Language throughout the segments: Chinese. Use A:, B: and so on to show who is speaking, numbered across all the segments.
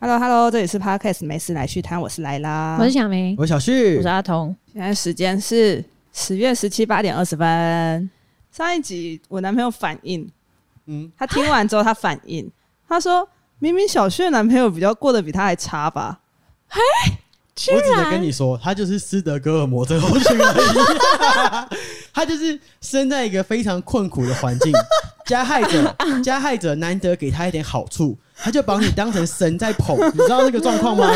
A: Hello Hello，这里是 Podcast 没事来续摊，我是来啦。
B: 我是小梅，
C: 我小旭
B: 我是，阿童。
A: 现在时间是十月十七八点二十分。上一集我男朋友反应，
C: 嗯，
A: 他听完之后他反应，他说明明小旭的男朋友比较过得比他还差吧？
C: 我只能跟你说，他就是斯德哥尔摩症候群而已。 他就是生在一个非常困苦的环境，加害者，加害者难得给他一点好处，他就把你当成神在捧，你知道那个状 况吗？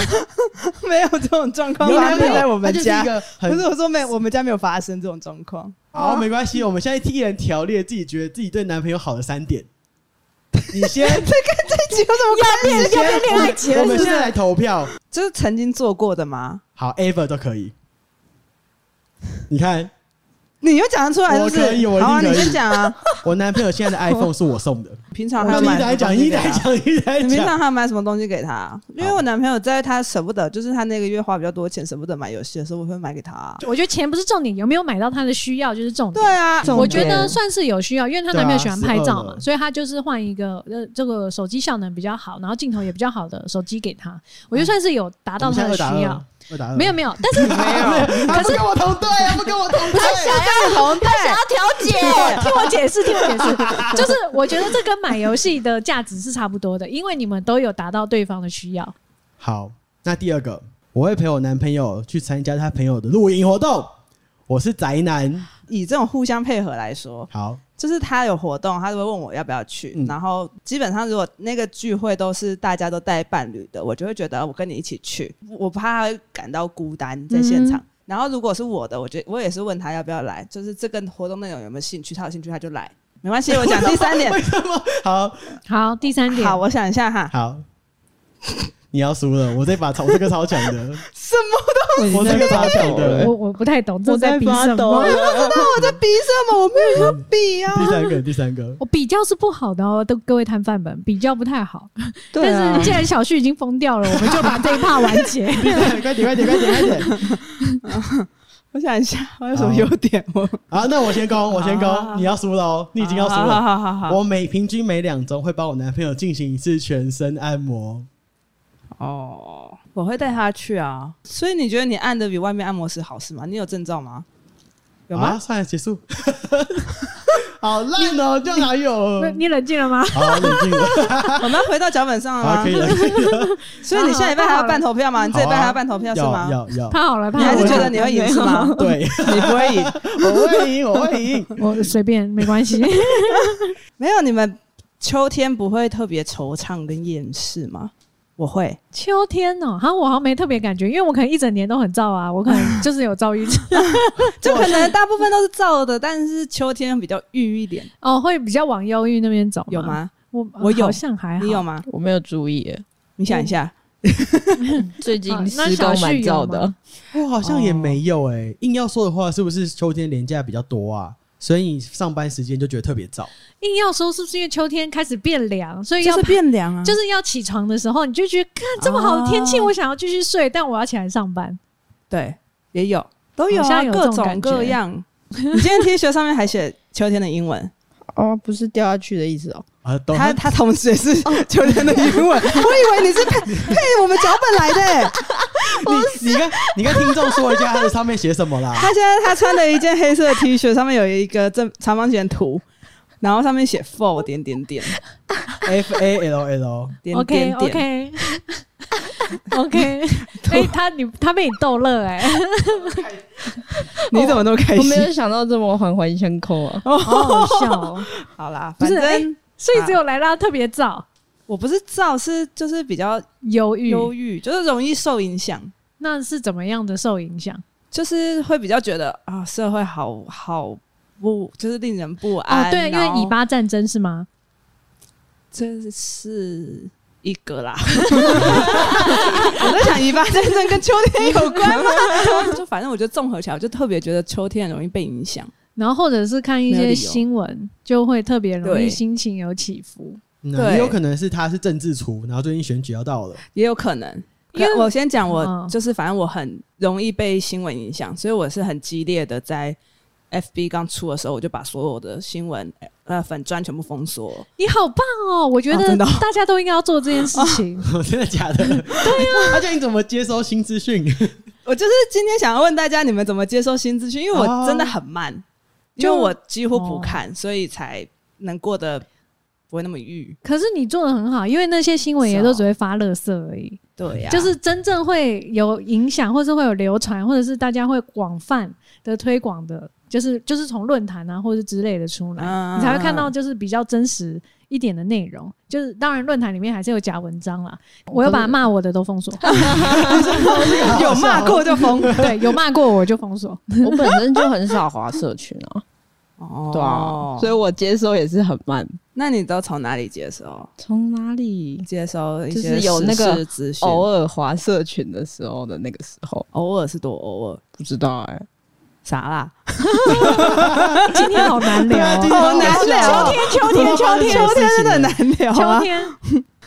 A: 没有这种状况
C: 有
A: 发
C: 男
A: 生
C: 朋友
A: 在我们家
C: 他就是一个，很
A: 不是我说没，有，我们家没有发生这种状况。
C: 好，没关系，我们现在一人条列自己觉得自己对男朋友好的三点。你先，
A: 这集有什么关系？
C: 你先，
B: 恋爱节
C: 我们现在来投票，
A: 就是曾经做过的吗？
C: 好，ever 都可以。你看，
A: 你又讲得出来，是不
C: 我可以
A: 是？
C: 我一定
A: 好啊，
C: 可以
A: 你先讲啊。
C: 我男朋友现在的 iPhone 是我送的，
A: 平常还
C: 我
A: 有
C: 一
A: 买
C: 直在
A: 什么
C: 讲，
A: 东
C: 一
A: 西
C: 直
A: 给他
C: 在讲，一直在
A: 你平
C: 讲。
A: 常还买什么东西给他？啊因为我男朋友在他舍不得，就是他那个月花比较多钱，舍不得买游戏的时候，我会买给他。啊
B: 我觉得钱不是重点，有没有买到他的需要就是重
A: 对
B: 点。
A: 啊，
D: 重
B: 我觉得
D: 点
B: 算是有需要，因为她男朋友喜欢拍照
C: 对啊
B: 嘛，
C: 12
B: 所以她就是换一个呃，这个手机效能比较好，然后镜头也比较好的手机给他，我觉得算是有达到
C: 嗯我们
B: 她
C: 现在
B: 的
C: 二打
B: 需要
C: 二。，二打二，
B: 没有没有，但是
C: 嗯他不跟我同队，他不跟我同队，
A: 红带
B: 想要调解，听我解释，听我解释，就是我觉得这跟买游戏的价值是差不多的，因为你们都有达到对方的需要。
C: 好，那第二个，我会陪我男朋友去参加他朋友的露营活动。我是宅男，
A: 以这种互相配合来说，
C: 好，
A: 就是他有活动，他就会问我要不要去。
C: 嗯，
A: 然后基本上如果那个聚会都是大家都带伴侣的，我就会觉得我跟你一起去，我怕他会感到孤单在现场。
B: 嗯
A: 然后如果是我的，我觉得我也是问他要不要来，就是这个活动内容有没有兴趣，他有兴趣他就来，没 关系。我讲第三点
C: 为什么？好
B: 好，第三点，
A: 好，我想一下哈，
C: 好，你要输了，我这把超我这个超强的，
A: 什么？
C: 我这个超强的
B: 我。我不太懂这
D: 我
B: 在
D: 在
B: 比什
D: 发 抖
B: 么。
D: 了，
A: 我在比什么？我没有要比啊！
C: 第三个，第三个，
B: 我比较是不好的哦，都各位摊贩们比较不太好。
D: 对啊
B: 但是既然小旭已经疯掉了，我们就把这一趴完 结。
C: 第三个，快点，快点，快点，快点！
A: 我想一下，我有什么优点？我
C: 好，那我先攻，我先
A: 好
C: 攻，你要输了哦，你已经要输
A: 好
C: 了。
A: 好好好好。
C: 我每平均每两周会帮我男朋友进行一次全身按摩。
A: 哦，我会带他去啊。所以你觉得你按的比外面按摩师好是吗？你有证照吗？有吗？
C: 啊，算了，结束。好烂哦，就哪有？
B: 你冷静了吗？
C: 好，冷 静了。
A: 我们要回到脚本上了
C: 好，
A: 吗
C: 可？以了，可以了。
A: 所以你下礼拜还要办投票吗？你这礼拜啊还要办投票是
C: 要
A: 吗？
C: 要要，
B: 怕好了，怕
A: 你还
B: 好
A: 是
B: 了。
A: 觉得你会赢是吗？
C: 对，
A: 你不会赢，
C: 我会赢，我会赢。
B: 我随便没 关系。
A: 没有你们秋天不会特别惆怅跟厌世吗？我会，
B: 秋天哦，好，我好像没特别感觉，因为我可能一整年都很燥啊，我可能就是有躁郁症
A: 就可能大部分都是燥的，但是秋天比较郁一点，
B: 哦，会比较往忧郁那边走。
A: 有？吗？
B: 我呃
A: 我有
B: 好像还哦好。
A: 你有？吗？
D: 我没有注意耶，
A: 你想一下，
D: 最近
B: 哦那
D: 施
B: 小
D: 工蛮
B: 旭有
D: 燥
B: 吗
D: 的。
C: 我好像也没有
A: 哦
C: 哎，硬要说的话，是不是秋天廉价比较多啊？所以你上班时间就觉得特别早。
B: 硬要说是不是因为秋天开始变凉，所以
A: 就
B: 要
A: 是变凉啊，
B: 嗯就是要起床的时候，你就觉得看这么好的天气，
A: 哦
B: 我想要继续睡，但我要起来上班。
A: 对，也有都有
B: 好
A: 啊，
B: 像有这
A: 各
B: 种
A: 种
B: 感觉
A: 各样。你今天 T 恤上面还写秋天的英文，
D: 哦，不是掉下去的意思哦。
C: 啊，懂
A: 他他同时也是
B: 哦
A: 秋天的 英文，我以为你是配配我们脚本来的欸。
C: 你你跟你跟听众说一下，它的上面写什么啦？
A: 他现在他穿了一件黑色的 T 恤，上面有一个正长方形的图，然后上面写 for 点点点
C: F A L L，
A: 点
B: OK
A: 点点。
B: OK， OK，哎、 他你他被你逗乐哎、
A: 你怎么那么开
D: 我没
A: 心？
D: 有想到这么环环相扣啊！
B: 好好笑 哦。
A: 好啦，
B: 不
A: 反
B: 是哎
A: 正啊
B: 所以只有莱拉特别早
A: 我不是躁，是就是比较
B: 忧郁，
A: 忧郁，就是容易受影响，
B: 那是怎么样的受影响？哦
A: 就是会比较觉得啊，社会好好不，就是令人不安。
B: 哦，对，因为
A: 然后
B: 以巴战争是吗？
A: 这是一个啦。 我在想，尾巴战争跟秋天有关吗？ 就反正我觉得综合起来，我就特别觉得秋天很容易被影响。
B: 然后或者是看一
A: 没有理
B: 些
A: 由
B: 新闻，就会特别容易
A: 对
B: 心情有起伏。
C: 那
A: 对
C: 也有可能是他是政治厨，然后最近选举要到了，
A: 也有可能。
B: 因为
A: 可我先讲，我
B: 嗯
A: 就是反正我很容易被新闻影响，所以我是很激烈的在 FB 刚出的时候，我就把所有的新闻呃粉砖全部封锁。
B: 你好棒哦！我觉
A: 哦
B: 得
A: 真的哦哦
B: 大家都应该要做这 件事情。
C: 真的假的？对啊呀、他叫你怎么接收新资讯？
A: 我就是今天想要问大家，你们怎么接受新资讯？因为我真的很
B: 哦
A: 慢，因为我几乎不看，所以才能过得不会那么郁。
B: 可是你做的很好，因为那些新闻也
A: 是
B: 都
A: 哦
B: 只会发乐色而已，
A: 对呀、
B: 就是真正会有影响，或是会有流传，或者是大家会广泛的推广的，就是就是从论坛啊，或者之类的出来，
A: 嗯
B: 你才会看到就是比较真实一点的内容。就是当然论坛里面还是有假文章啦，我又把骂我的都封锁，
A: 哦 有骂过就封。
B: 对，有骂过我就封锁。
D: 我本身就很少滑社群啊，
A: 哦
D: 对啊，所以我接收也是很慢。
A: 那你都从哪里接收？
D: 从哪里？
A: 接收一些
D: 就是有那个
A: 时事资讯，
D: 偶尔滑社群的时候的那个时候，
A: 偶尔是多偶尔。
D: 不知道哎、
A: 啥啦？
B: 今天好难聊、 哦。
A: 好难聊，
B: 秋天，秋天，秋
A: 秋天真的很难聊啊
B: 秋！天，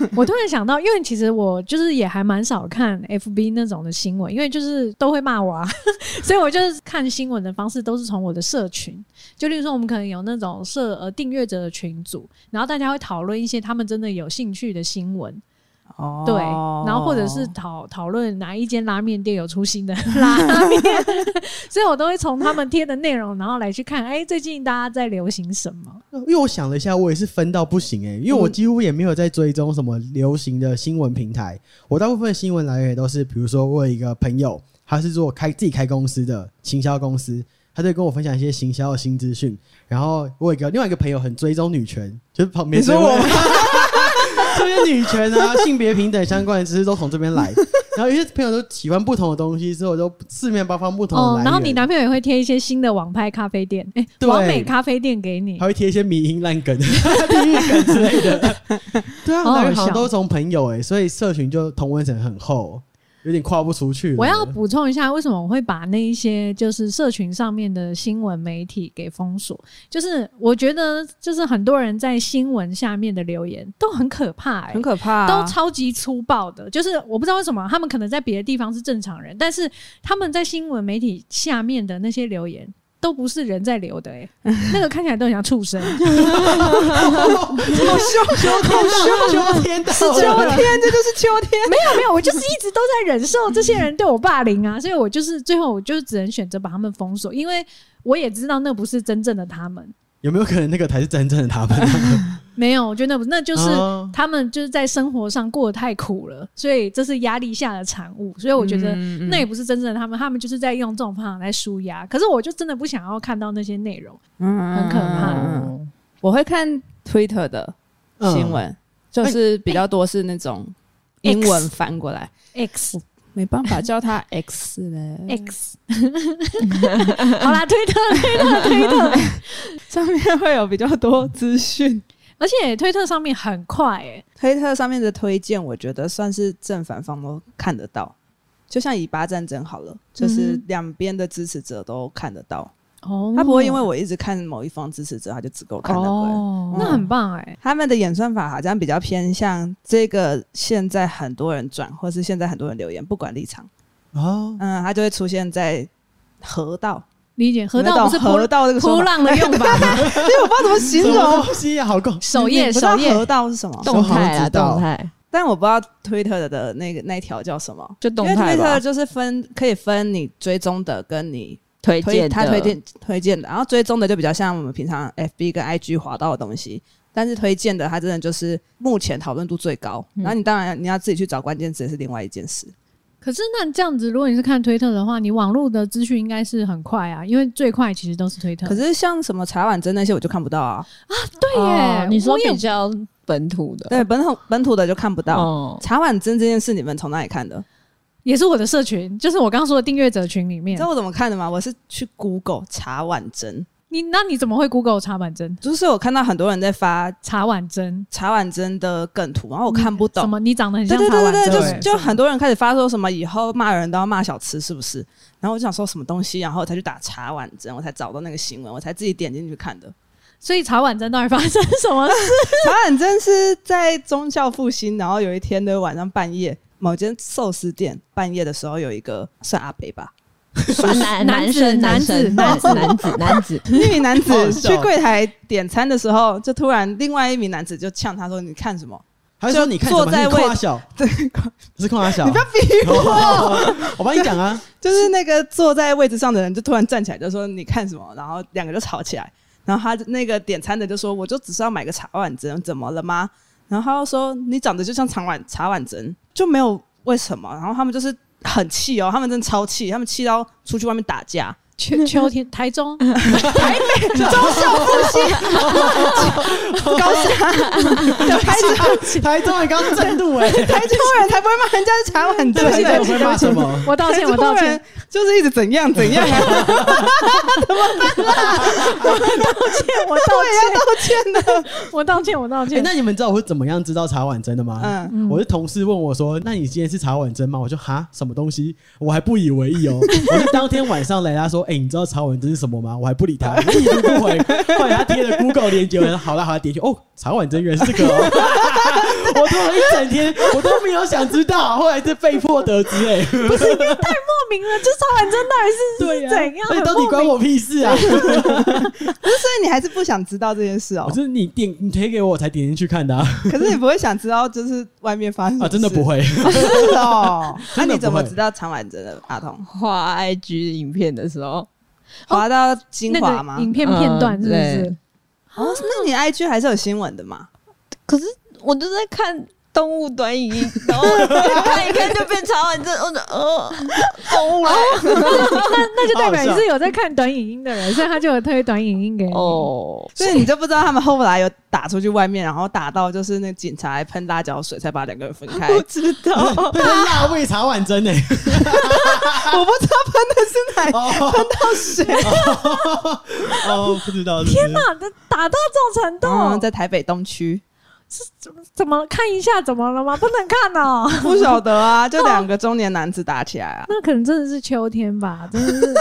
B: 我突然想到，因为其实我就是也还蛮少看 FB 那种的新闻，因为就是都会骂我啊， 所以我就是看新闻的方式都是从我的社群，就例如说我们可能有那种社呃订阅者的群组，然后大家会讨论一些他们真的有兴趣的新闻，
A: 哦
B: 对，然后或者是讨讨论哪一间拉面店有出新的拉面， 所以我都会从他们贴的内容，然后来去看，哎，最近大家在流行什么？
C: 因为我想了一下，我也是分到不行哎、因为我几乎也没有在追踪什么流行的新闻平台，我大部分的新闻来源都是，比如说我有一个朋友，他是做开自己开公司的行销公司，他就跟我分享一些行销的新资讯。然后我有一个另外一个朋友很追踪女权，就是旁边
A: 你说我吗？
C: 这边女权啊、性别平等相关的知识都从这边来，然后有些朋友都喜欢不同的东西，所以我就四面八方不同的来
B: 哦
C: 源。，
B: 然后你男朋友也会贴一些新的网拍咖啡店，哎、
C: 对
B: 网美咖啡店给你
C: 还。会贴一些迷音烂梗、地 狱梗之类的。 对啊，
B: 好好
C: 我感觉
B: 笑
C: 好像都是从朋友哎、所以社群就同温层很厚，有点跨不出去了。
B: 我要补充一下，为什么我会把那一些就是社群上面的新闻媒体给封锁？就是我觉得，就是很多人在新闻下面的留言都很可怕、哎
A: 很可怕啊，
B: 都超级粗暴的，就是我不知道为什么他们可能在别的地方是正常人，但是他们在新闻媒体下面的那些留言都不是人在留的、 欸，那个看起来都很像畜生，
A: 好凶，秋天，
D: 哦
C: 秋天到
A: 秋
C: 了，
A: 天，这就是秋天。
B: 没有没有，我就是一直都在忍受这些人对我霸凌啊，所以我就是最后我就只能选择把他们封锁，因为我也知道那不是真正的他们，
C: 有没有可能那个才是真正的 他们？
B: 没有，我觉得那不那就是
C: 哦
B: 他们就是在生活上过得太苦了，所以这是压力下的产物，所以我觉得
A: 嗯
B: 那也不是真正的他们，他们就是在用这种方法来舒压，可是我就真的不想要看到那些内容，很可怕
A: 嗯我会看 Twitter 的
C: 嗯
A: 新闻，就是比较多是那种英文翻过来，
B: X
A: 哎没办法叫 它 X 嘞，
B: X，好啦，推特推特推特。
A: 上 面会有比较多资讯。
B: 而且推特上面很快哎、
A: 推特上面的推荐，我觉得算是正反方都看得到。就像以巴战争好了，就是
B: 嗯哼
A: 两边的支持者都看得到，
B: 哦
A: 他不会因为我一直看某一方支持者，他就只给我看那个人。
B: 哦
A: 嗯
B: 那很棒哎、
A: 他们的演算法好像比较偏向这个，现在很多人转，或是现在很多人留言，不管立场，
C: 哦，
A: 嗯，它就会出现在河道，
B: 理解河道
A: 有没
B: 不是
A: 有懂河
B: 波
A: 道这 个
B: 波
A: 说法，
B: 浪的用法，
A: 因 为我不知道怎么形
C: 什么
A: 容。
C: 东西啊？好够，
B: 首页
A: 你不知道
B: 首页
A: 河道是什么，
D: 动态
C: 我好像
D: 啊，
C: 知道
D: 动态
A: 但我不知道 Twitter 的那个那一条叫什么，
D: 就
A: 因
D: 动
A: 为
D: 态
A: Twitter
D: 吧，
A: 就是分可以分你追踪的跟你
D: 推
A: 推
D: 荐
A: 他
D: 的
A: 推荐推荐的，然后追踪的就比较像我们平常 FB 跟 IG 滑到的东西，但是推荐的它真的就是目前讨论度最高。
D: 嗯
A: 然后你当然你要自己去找关键词也是另外一件事。
B: 可是那这样子，如果你是看推特的话，你网络的资讯应该是很快啊，因为最快其实都是推
D: 嗯
B: 特。
A: 可是像什么茶碗蒸那些我就看不到啊，
B: 对耶，
D: 哦你说
B: 我也
D: 比较本土的，
A: 对本土本土的就看不到。
D: 哦，嗯
A: 茶碗蒸这件事你们从哪里看的？
B: 也是我的社群，就是我刚刚说的订阅者群里
A: 你
B: 面
A: 知道。我怎么看的吗？我是去 Google 茶碗蒸，
B: 你那你怎么会 Google 茶碗针？
A: 就是我看到很多人在发
B: 茶碗针，
A: 茶碗蒸的梗图，然后我看不懂
B: 什。么？你长得很
A: 对
B: 像
A: 对
B: 茶
A: 对
B: 碗
A: 对
B: 针，
A: 对，就就很多人开始发说什么以后骂人都要骂小吃是不是？然后我就想说什么东西，然后我才去打茶碗蒸，我才找到那个新闻，我才自己点进去看的。
B: 所以茶碗针到底发生什么事？
A: 茶碗蒸是在宗教复兴，然后有一天的晚上半夜，某间寿司店半夜的时候有一个算阿北 吧，
D: 啊男
B: 男 子
D: 男
B: 男
D: 生男
B: 子
D: 生
B: 男
D: 男
B: 子
D: 子男子男子，
A: 一名男
C: 好好
A: 子
C: 笑
A: 去柜台点餐的时候，就突然另外一名男子就呛他说：“你看什么？
C: 还是说你看什
A: 坐
C: 么？
A: 在
C: 你
A: 位
C: 夸小，
A: 对，
C: 是夸小，
A: 你不要逼我。”
C: 我，我帮你讲啊，
A: 就是那个坐在位置上的人就突然站起来就说：“你看什么？”然后两个就吵起来。然后他那个点餐的就说：“我就只是要买个茶碗蒸，怎么了吗？”然后他又说：“你长得就像茶碗茶碗蒸，就没有为什么。”然后他们就是很气哦，他们真的超气，他们气到出去外面打架。
B: 秋秋天 台中，
A: 高下，台中
C: 台中你刚刚震怒 哎，
A: 台中人才不会骂人家是茶碗蒸
C: 台
A: 嘞
C: 中，会骂什么？
B: 我道歉，我
A: 台中
B: 道
A: 人
B: 歉，
A: 就是一直怎样怎样啊，怎么办啦？我道歉，我道歉的。
B: 我道歉，我道
C: 哎，
B: 歉。
C: 那你们知道我是怎么样知道茶碗蒸的吗？
A: 嗯，
B: 嗯
C: 我的同事问我说：“那你今天是茶碗蒸吗？”我说：“哈，什么东西？”我还不以为 意哦。我是当天晚上来，他说：“哎、你知道茶碗蒸是什么吗？”我还不理他，一读不回。后来他贴了 Google 链接，我说：“好了好了，点去哦，茶碗蒸原来是这个哦。” 我做了一整天，我都没有想知道，后来是被迫得知、哎，
B: 不是因为太莫名了，这茶碗针到底
C: 对
B: 是是
C: 呀、
B: 怎样？
C: 而
A: 哎
B: 很
C: 且哎到底
B: 哎莫
C: 关
B: 名
C: 我屁事啊！
A: 所以你还是不想知道这件事哦
B: 啊
C: 我。是你点你贴给我，我才点进去看的啊，
A: 可是你不会想知道，就是外面发生什么
C: 啊真的不
A: 事
C: 会。
A: 是 哦。那
C: 真的不
A: 你怎么
C: 会
A: 知道长晚针的阿童
D: 画 IG 影片的时候，
A: 滑到精华吗
B: 那个？影片片段是不
D: 嗯
B: 是
D: 对？
A: 哦，那你 IG 还是有新闻的嘛？
D: 可是我就在看动物短影音，然后看一看就变茶碗蒸，我就呃，动物来
B: 那就代表
C: 好
B: 你
C: 好笑
B: 是有在看短影音的人，所以他就有推短影音给你。
D: 哦，
A: 所以你就不知道他们后来有打出去外面，然后打到就是那警察还喷辣椒水，才把两个人分 开。我不知道，我
B: 哦
C: 对，哎辣味茶碗蒸呢、哎
A: 不知道喷的是哪一个。
C: 哦
A: 到谁？
C: 哦，不知道是不是。天哪！
B: 啊，这打到这种程度，
A: 嗯，在台北东区，
B: 怎么看一下？怎么了吗？不能看哦。
A: 不晓得 啊，就两个中年男子打起来啊。
B: 那可能真的是秋天吧，真的是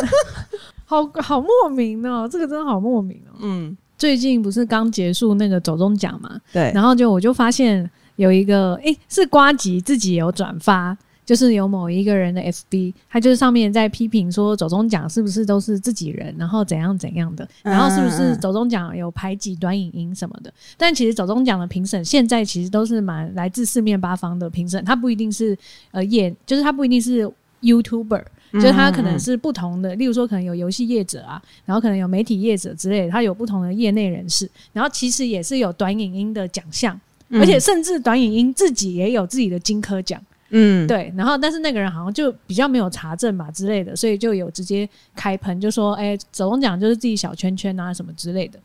B: 好好莫名哦，这个真的好莫名哦。
A: 嗯，
B: 最近不是刚结束那个走中奖嘛，
A: 对，
B: 然后就我就发现有一个，诶、是瓜吉自己有转发。就是有某一个人的 FB，他就是上面在批评说走中奖是不是都是自己人，然后怎样怎样的，然后是不
A: 嗯嗯
B: 是
A: 嗯
B: 走中奖有排挤短影音什么的。但其实走中奖的评审现在其实都是蛮来自四面八方的评审，他不一定是呃业，就是他不一定是 YouTuber，就是他可
A: 嗯
B: 能是不同的，例如说可能有游戏业者啊，然后可能有媒体业者之类的，他有不同的业内人士，然后其实也是有短影音的奖项，
A: 嗯，嗯
B: 而且甚至短影音自己也有自己的金科奖，
A: 嗯，
B: 对，然后但是那个人好像就比较没有查证吧之类的，所以就有直接开喷，就说哎，走红奖就是自己小圈圈啊什么之类的。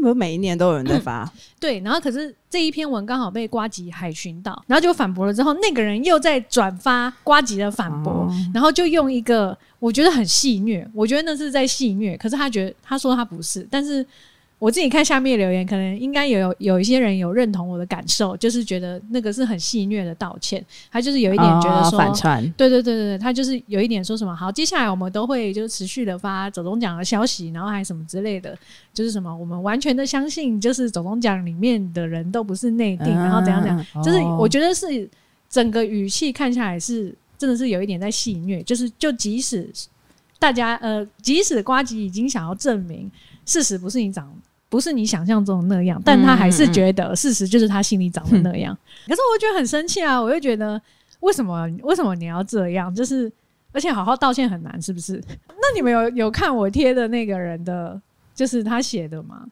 A: 不是每一年都有人在发，
B: 对，然后可是这一篇文刚好被瓜吉海巡到，然后就反驳了之后，那个人又在转发瓜吉的反驳，
A: 哦
B: 然后就用一个我觉得很戏虐，我觉得那是在戏虐，可是他觉得他说他不是，但是我自己看下面留言，可能应该也有有一些人有认同我的感受，就是觉得那个是很戏虐的道歉，他就是有一点觉得
A: 哦
B: 说。
A: 反串，
B: 对对对对对，他就是有一点说什么好，接下来我们都会就是持续的发走中奖的消息，然后还什么之类的，就是什么我们完全的相信，就是走中奖里面的人都不是内定，然后怎样怎样，
A: 嗯
B: 就是我
A: 哦
B: 觉得是整个语气看下来是真的是有一点在戏虐，就是就即使大家呃，即使瓜吉已经想要证明事实不是你长。不是你想象中的那样，但他还是觉得事实就是他心里长的那样。可是我觉得很生气啊！我就觉得为什么为什么你要这样？就是而且好好道歉很难，是不是？ 那你们有有看我贴的那个人的，就是他写的吗？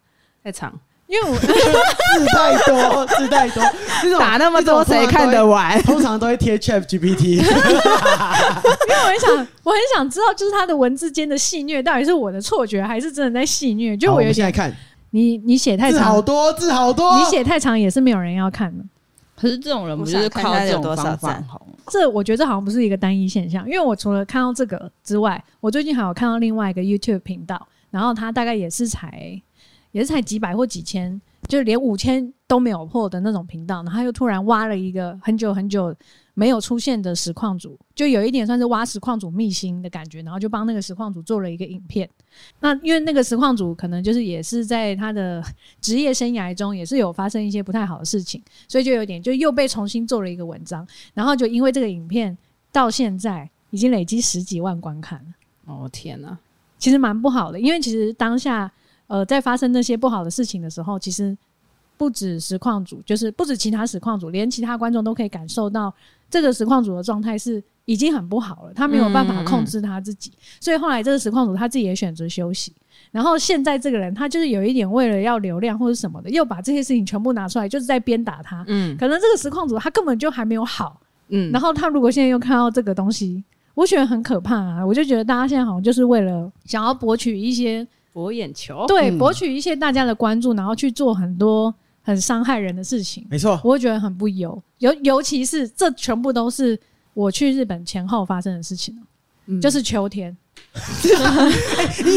A: 太长，
B: 因为我
C: 字太多，字太多，这种
A: 打那么多谁看得
B: 哎
A: 完？
C: 通常都会贴 Chat GPT，
B: 因为我很想， 我很想知道，就是他的文字间的戏谑到底是我的错觉，还是真的在戏谑？就
C: 好
B: 我
C: 们
B: 有
C: 现在
B: 点，
C: 看
B: 你你写太
C: 字好
B: 长，
C: 多，啊字好多，
B: 你写太长也是没有人要看的。
D: 可是这种人不就是靠这种方法红？
B: 这我觉得这好像不是一个单一现象，因为我除了看到这个之外，我最近还有看到另外一个 YouTube 频道，然后他大概也是才也是才几百或几千，就连五千都没有破的那种频道，然后他又突然挖了一个很久很久没有出现的实况组，就有一点算是挖实况组秘辛的感觉，然后就帮那个实况组做了一个影片。那因为那个实况组可能就是也是在他的职业生涯中也是有发生一些不太好的事情，所以就有点就又被重新做了一个文章，然后就因为这个影片到现在已经累积十几万观看了。
A: 哦天哪！
B: 其实蛮不好的，因为其实当下呃在发生那些不好的事情的时候，其实不止实况组，就是不止其他实况组，连其他观众都可以感受到这个实况组的状态是已经很不好了，他没有办法控制他自己，所以后来这个实况组他自己也选择休息。然后现在这个人，他就是有一点为了要流量或者什么的，又把这些事情全部拿出来，就是在鞭打他。
A: 嗯
B: 可能这个实况组他根本就还没有好，
A: 嗯
B: 然后他如果现在又看到这个东西，我觉得很可怕啊！我就觉得大家现在好像就是为了想要博取一些
A: 博眼球，
B: 对
C: 嗯
B: 博取一些大家的关注，然后去做很多很伤害人的事情，
C: 没错，
B: 我会觉得很不优。尤尤其是这全部都是我去日本前后发生的事情，
A: 嗯
B: 就是秋天，
C: 你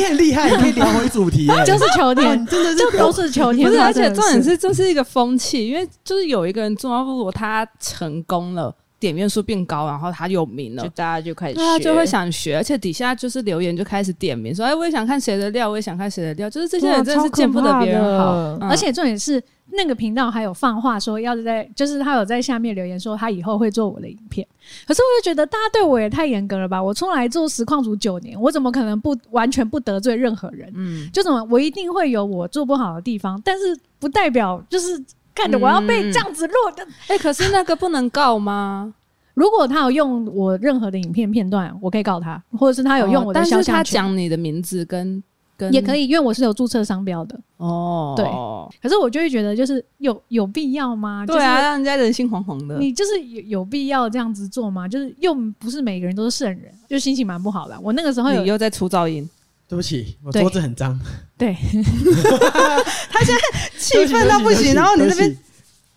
C: 很厉害，你可以聊回主题耶，
B: 就是秋
C: 哇
B: 天
A: 哦
C: 你，真的是
B: 就都是秋天
A: 不
B: 发
A: 是，
B: 生的
A: 而且
B: 事。
A: 重点是这是一个风气，因为就是有一个人做到如果他成功了，点阅数变高，然后他有名
D: 就
A: 了。
D: 大家就开始
A: 大家
D: 学
A: 就会想学，而且底下就是留言就开始点名说：“哎，我也想看谁的料，我也想看谁的料。”就是这
D: 啊
A: 些人真的是见不得别人好，
D: 好
A: 嗯
B: 而且重点是那个频道还有放话说要在，就是他有在下面留言说他以后会做我的影片。可是我就觉得大家对我也太严格了吧？我出来做实况组九年，我怎么可能不完全不得罪任何人？
A: 嗯，
B: 就怎么我一定会有我做不好的地方，但是不代表就是看着我要
A: 嗯
B: 被这样子落的。
A: 哎、可是那个不能告 吗？
B: 如果他有用我任何的影片片段，我可以告他，或者是他有用我的
A: 哦但
B: 肖
A: 是他
B: 像权。
A: 讲你的名字跟跟
B: 也可
A: 以
B: 以，因为我是有注册商标的。
A: 哦，
B: 可是我就会觉得，就是有有必要吗？
A: 对啊，让人家人心惶惶的。
B: 你就是有有必要这样子做吗？就是又不是每个人都是圣人，就心情蛮不好的。啊我那个时候
A: 你
B: 有
A: 又在出噪音，
C: 对不起，我
B: 对
C: 桌子很脏，
B: 对，
A: 气愤到不行，然后你这边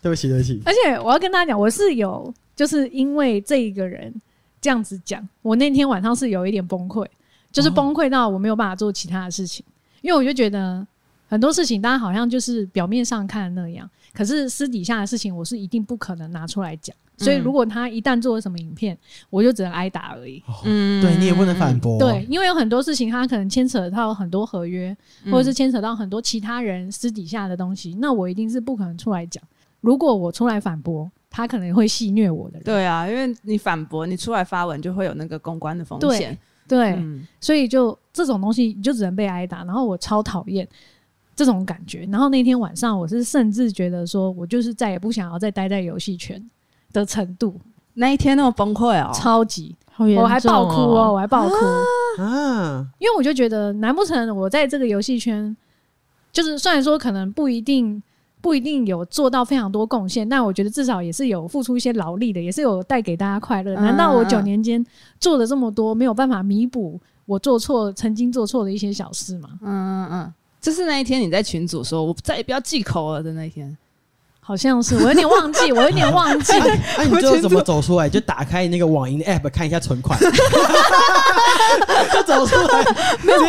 C: 对不起，对不起，
B: 而且我要跟大家讲，我是有就是因为这一个人这样子讲，我那天晚上是有一点崩溃，就是
C: 哦
B: 崩溃到我没有办法做其他的事情，因为我就觉得很多事情大家好像就是表面上看的那样，可是私底下的事情我是一定不可能拿出来讲。所以
A: 嗯
B: 如果他一旦做了什么影片，我就只能挨打而已。
A: 嗯
C: 对你也不能反驳，
B: 对，，因为有很多事情，他可能牵扯到很多合约，或者是牵扯到很多其他人私底下的东西，那我一定是不可能出来讲。如果我出来反驳，他可能会戏虐我的人。
A: 对啊，因为你反驳，你出来发文就会有那个公关的风险。
B: 对，
A: 嗯
B: 所以就这种东西，你就只能被挨打。然后我超讨厌这种感觉。然后那天晚上，我是甚至觉得说，我就是再也不想要再待在游戏圈的程度，
A: 那一天那么崩溃哦，
B: 超级，
D: 好严重
B: 我还爆哭哦，，我还爆哭。
C: 啊，
B: 因为我就觉得，难不成我在这个游戏圈，就是虽然说可能不一定不一定有做到非常多贡献，但我觉得至少也是有付出一些劳力的，也是有带给大家快乐。
A: 嗯
B: 难道我
A: 嗯
B: 九年间做了这么多，没有办法弥补我做错曾经做错的一些小事吗？
A: 嗯嗯嗯，就是那一天你在群组说“我再也不要忌口了”的那一天，
B: 好像是，我有点忘记，我有点忘 记。
C: 那啊你知道怎么走出来？就打开那个网银的 app 看一下存款， 就走出来，没有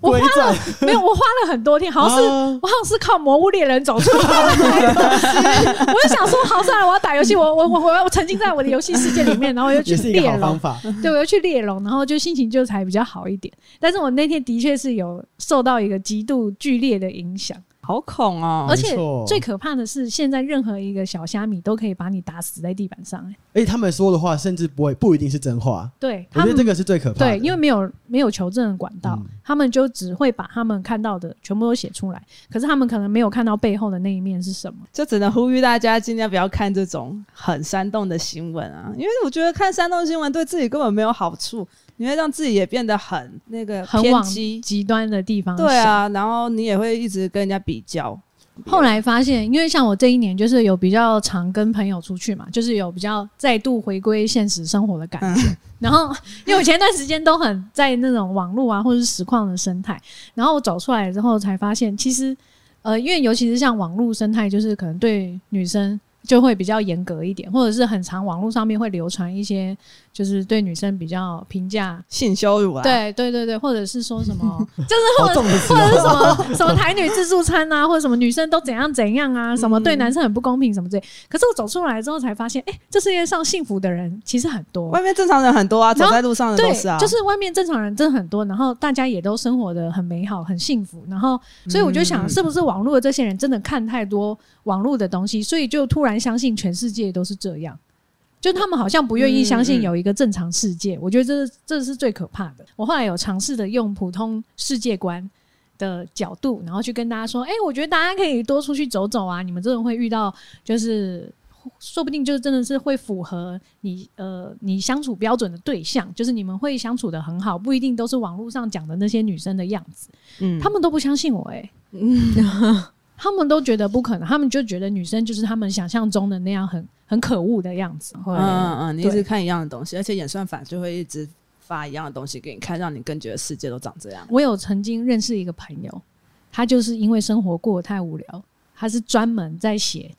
B: 我
C: 回转，
B: 没有，我花了很多天，好像是。
C: 啊
B: 我好像是靠《魔物猎人》走出来 的，我就想说，好，算了，我要打游戏，我我我我我沉浸在我的游戏世界里面，然后我又去
C: 也是一个
B: 猎
C: 好
B: 龙
C: 方，法。
B: 对，我又去猎龙，然后就心情就才比较好一点。但是我那天的确是有受到一个极度剧烈的影响，
A: 好恐哦
B: 而。且
C: 没错
B: 最可怕的是，现在任何一个小虾米都可以把你打死在地板上、欸。
C: 而且他们说的话甚至不会不一定是真话，
B: 对他
C: 我觉得这
B: 们，
C: 个是最可怕的。
B: 对，因为没有没有求证的管道，
C: 嗯
B: 他们就只会把他们看到的全部都写出来，可是他们可能没有看到背后的那一面是什么。
A: 就只能呼吁大家尽量不要看这种很煽动的新闻啊，因为我觉得看煽动新闻对自己根本没有好处，你会让自己也变得很那个
B: 很
A: 偏
B: 往
A: 激。啊
B: 极端的地方。
A: 对，啊，然后你也会一直跟人家比较，
B: 后来发现，因为像我这一年就是有比较常跟朋友出去嘛，就是有比较再度回归现实生活的感觉。然后，因为我前段时间都很在那种网络啊或者是实况的生态，然后我走出来之后才发现，其实呃，因为尤其是像网络生态，就是可能对女生就会比较严格一点，或者是很常网络上面会流传一些就是对女生比较评价。
A: 性羞辱啊，，
B: 对对对对，或者是说什么， 就是或
C: 好
B: 者
C: 重的词
B: 或者是什
C: 哦。
B: 么什么台女自助餐啊，或者什么女生都怎样怎样啊，什么
C: 嗯
B: 对男生很不公平什么之类。可是我走出来之后才发现，哎、这世界上幸福的人其实很多
A: 外。面正常人很多啊，走
B: 然后
A: 在路上的
B: 对
A: 都是啊，，
B: 就是外面正常人真的很多，然后大家也都生活的很美好、很幸福，然后所以我就想，
A: 嗯
B: 是不是网络的这些人真的看太多网络的东西，所以就突然相信全世界都是这样，就他们好像不愿意相信
A: 嗯嗯
B: 有一个正常世界。我觉得这这是最可怕的。我后来有尝试的用普通世界观。的角度，然后去跟大家说，哎、我觉得大家可以多出去走走啊！你们真的会遇到，就是说不定就是真的是会符合你呃你相处标准的对象，就是你们会相处的很好，不一定都是网络上讲的那些女生的样子。
A: 嗯
B: 他们都不相信我哎、他们都觉得不可能，他们就觉得女生就是他们想象中的那样很很可恶的样子。
A: 嗯嗯嗯，你一直
B: 对
A: 看一样的东西，而且演算法就会一直发一样的东西给你看，让你更觉得世界都长这样。
B: 我有曾经认识一个朋友，他就是因为生活过得太无聊，他是专门在写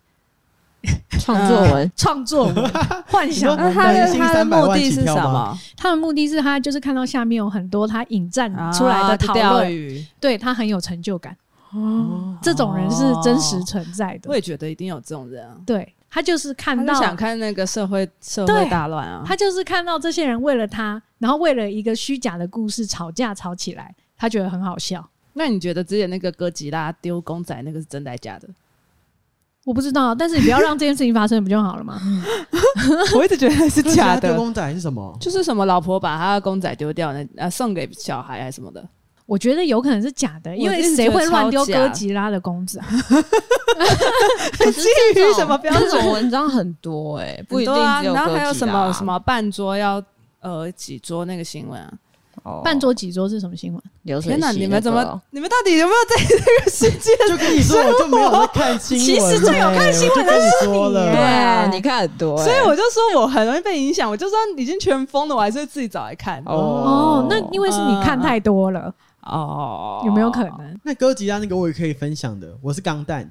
D: 创作文，
B: 创作文、幻想
A: 嗯
C: 那
A: 那
C: 你
A: 他
C: 说他的
A: 的
C: 他
A: 他
C: 的
A: 的
C: 目
A: 目的
C: 的是
A: 是
C: 什
A: 什啊
C: 么
A: 么？
B: 他的目的是他就是看到下面有很多他引战出来的讨
A: 钓
B: 论，
A: 鱼，
B: 对他很有成就感。
A: 哦
B: 这种人是真实存在
A: 我
B: 的，
A: 也觉得一定有这种人啊，
B: 对他就是看
A: 哦他就
B: 到，
A: 想看那个社会社
B: 对
A: 会大乱啊。
B: 他就是看到这些人为了他，然后为了一个虚假的故事吵架吵起来，他觉得很好笑。
A: 那你觉得之前那个哥吉拉丢公仔那个是真的还是假的？
B: 我不知道，但是你不要让这件事情发生不就好 了吗？
A: 我一直觉得是
C: 那其他丢，公仔是什么？
A: 就是什么老婆把她的公仔丢掉，那呃送给小孩还是什么的，
B: 我觉得有可能是假的，
A: 我
B: 因为
A: 真是
B: 谁
A: 觉得
B: 会乱丢
A: 超假
B: 哥吉拉的公子啊？
D: 可是这
A: 基于
D: 种
A: 什么标
D: 这种
A: 准
D: 文章很多 哎，不一定
A: 哦很多啊。
D: 只有
A: 然后还
D: 歌
A: 有
D: 集
A: 什
D: 啦
A: 么什么半桌要呃几桌那个新闻啊？
D: 哦
B: 半桌几桌是什么新闻？
D: 流水
A: 天哪，
D: 席
A: 你
D: 那
A: 们怎
D: 个哦
A: 么你们到底有没有在这个世界？
C: 就跟你说，我就没有在看新闻、欸。
D: 其实
C: 最有看新闻的是你说了
D: 对啊，
B: 对
D: 你看很多欸，
A: 所以我就说我很容易被影响，我就算已经全封了，我还是会自己找来看。
B: 哦，那因为是你看
A: 嗯
B: 太多了，
A: 哦
B: 有没有可？能？
C: 那哥吉拉那个我也可以分享的，我是钢蛋，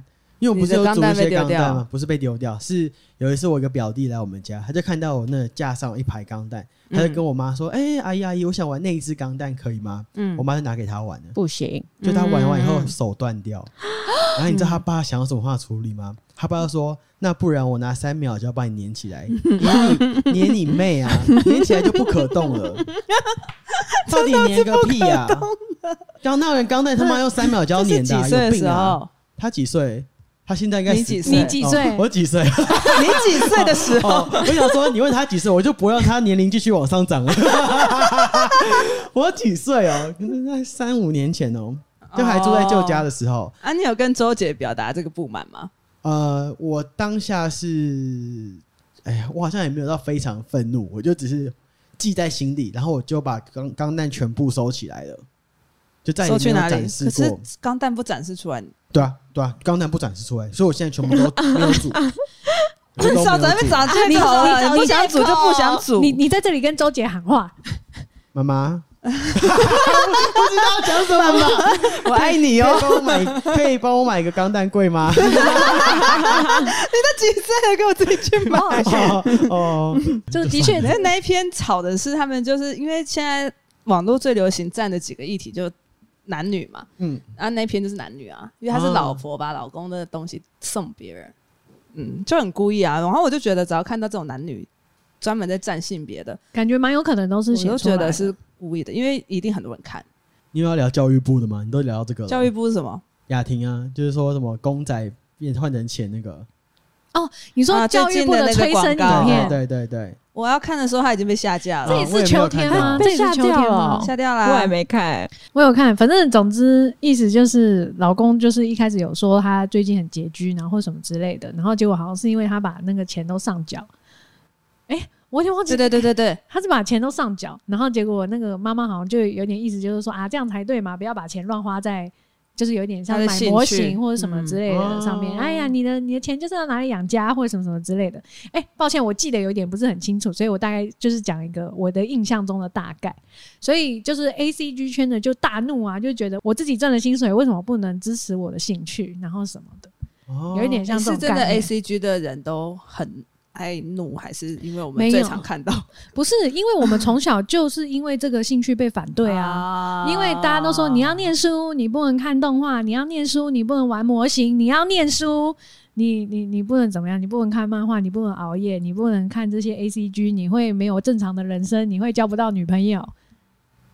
C: 因为我不是有
A: 你的
C: 煮
A: 钢
C: 一
A: 蛋被
C: 些
A: 丢
C: 钢蛋
A: 掉
C: 吗？不是被丢掉，是有一次我一个表弟来我们家，他就看到我那架上有一排钢蛋，他
A: 嗯
C: 就跟我妈说：“哎、阿姨阿姨，我想玩那一只钢蛋，可以吗？”
A: 嗯
C: 我妈就拿给他玩了，
D: 不行，
C: 就他玩完以后
A: 嗯
C: 手断掉，然后你知道他爸想要什么方法处理吗？他爸就说：“那不然我拿三秒就要把你粘 起来，粘你粘你妹啊，粘起来就不可动 了。”到底粘个屁啊！刚那人刚才他妈用三秒就要
A: 这是
C: 粘的
A: 几
C: 啊、
A: 岁
C: 有
A: 的
C: 病
A: 时
C: 啊！
A: 候？
C: 他几岁？他现在应该
A: 你
C: 十
A: 几岁
B: 你几
C: 哦
B: 岁？
C: 我几岁？
A: 你几岁的时候？
C: 哦，我想说，你问他几岁，我就不让他年龄继续往上涨了。 我几岁哦？可能在三五年前哦，就还住在旧家的时候。
A: 啊，你有跟周姐表达这个不满吗？
C: 呃，我当下是，哎呀，我好像也没有到非常愤怒，我就只是记在心里，然后我就把钢钢弹全部收起来了，就再也
A: 说
C: 没
A: 去
C: 有
A: 哪里？
C: 展
A: 可
C: 示
A: 是
C: 过。
A: 钢弹不展示出来，
C: 对啊，对啊，钢弹不展示出来，所以我现在全部 都没有煮，我都没有
A: 少在那
C: 煮
A: 边找借
B: 你
A: 口
B: 你
A: 了。
B: 找
A: 啊你不想煮就不想煮，
B: 你你在这里跟周杰喊话，
C: 妈妈，不知道讲什么了。
A: 我爱你
C: 可
A: 哦
C: 以。帮我买，可以帮我买一个钢蛋 柜吗？
A: 那几岁了，给我自己去 买。
C: 哦哦，
B: 就的确
A: 那那一 篇吵的是他们，就是因为现在网络最流行占的几个议题就男女嘛，
C: 嗯，
A: 然后那一篇就是男女啊，因为他是
C: 哦
A: 老婆把老公的东西送别人，嗯，就很故意啊。然后我就觉得，只要看到这种男女专门在占性别的，
B: 感觉蛮有可能都是
A: 我
B: 写
A: 就
B: 出来
A: 觉
B: 的
A: 得是故意的，因为一定很多人看。
C: 你有要聊教育部的吗？你都聊到这个了
A: 教育部是什么？
C: 雅婷啊，就是说什么公仔变换成钱那个，
B: 你说
A: 啊
B: 教育部的催生
A: 最近的那个
B: 影
A: 广告
B: 片，
C: 对对对对，
A: 我要看的时候，他已经被下架
C: 啊
B: 这
A: 了，
B: 也是秋天吗？
C: 我
B: 这
D: 也
B: 也
D: 没有看到
B: 是秋天吗
D: 被
A: 下掉
D: 我也
A: 啦。
D: 没看，
B: 我有看，反正总之意思就是，老公就是一开始有说他最近很拮据，然后什么之类的，然后结果好像是因为他把那个钱都上缴，哎、我有点忘记
A: 对对对对对，
B: 他是把钱都上缴，然后结果那个妈妈好像就有点意思，就是说啊，这样才对嘛，不要把钱乱花在就是有点像
A: 他的
B: 买
A: 兴
B: 模
A: 趣
B: 型或者什么之类的
C: 嗯
B: 上面，
C: 哦
B: 哎呀，你的你的钱就是要拿来养家或者什么什么之类的。哎、抱歉，我记得有点不是很清楚，所以我大概就是讲一个我的印象中的大概。所以就是 A C G 圈的就大怒啊，就觉得我自己赚了薪水，为什么不能支持我的兴趣，然后什么的，
C: 有
B: 有一点像
A: 哦是
B: 这种
A: 真的
B: 概念
A: A C G 的人都很爱怒，还是因为我
B: 没
A: 们最
B: 有
A: 常看到？
B: 不是因为我们从小就是因为这个兴趣被反对啊。
A: 啊
B: 因为大家都说你要念书，你不能看动画；你要念书，你不能玩模型；你要念书，你你你不能怎么样？你不能看漫画，你不能熬夜，你不能看这些 A C G，你会没有正常的人生，你会交不到女朋友，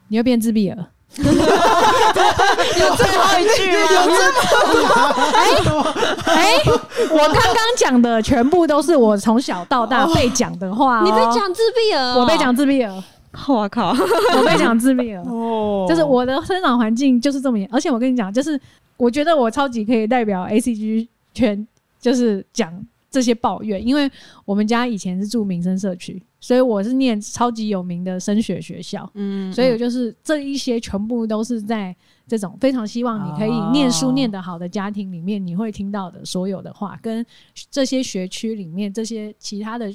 B: 你会变自闭了。
D: 有这么一句吗？
B: 哎、我刚刚讲的全部都是我从小到大被讲的话、
D: 哦你被，讲自闭了哦，
B: 我被讲自闭了，
D: 我靠！
B: 我被讲自闭了。
C: 哦
B: 就是我的生长环境就是这么严，而且我跟你讲，就是我觉得我超级可以代表 A C G 圈，就是讲这些抱怨，因为我们家以前是住民生社区，所以我是念超级有名的升学学校，
A: 嗯，
B: 所以我就是这一些全部都是在这种非常希望你可以
A: 哦
B: 念书念得好的家庭里面，你会听到的所有的话，跟这些学区里面这些其他的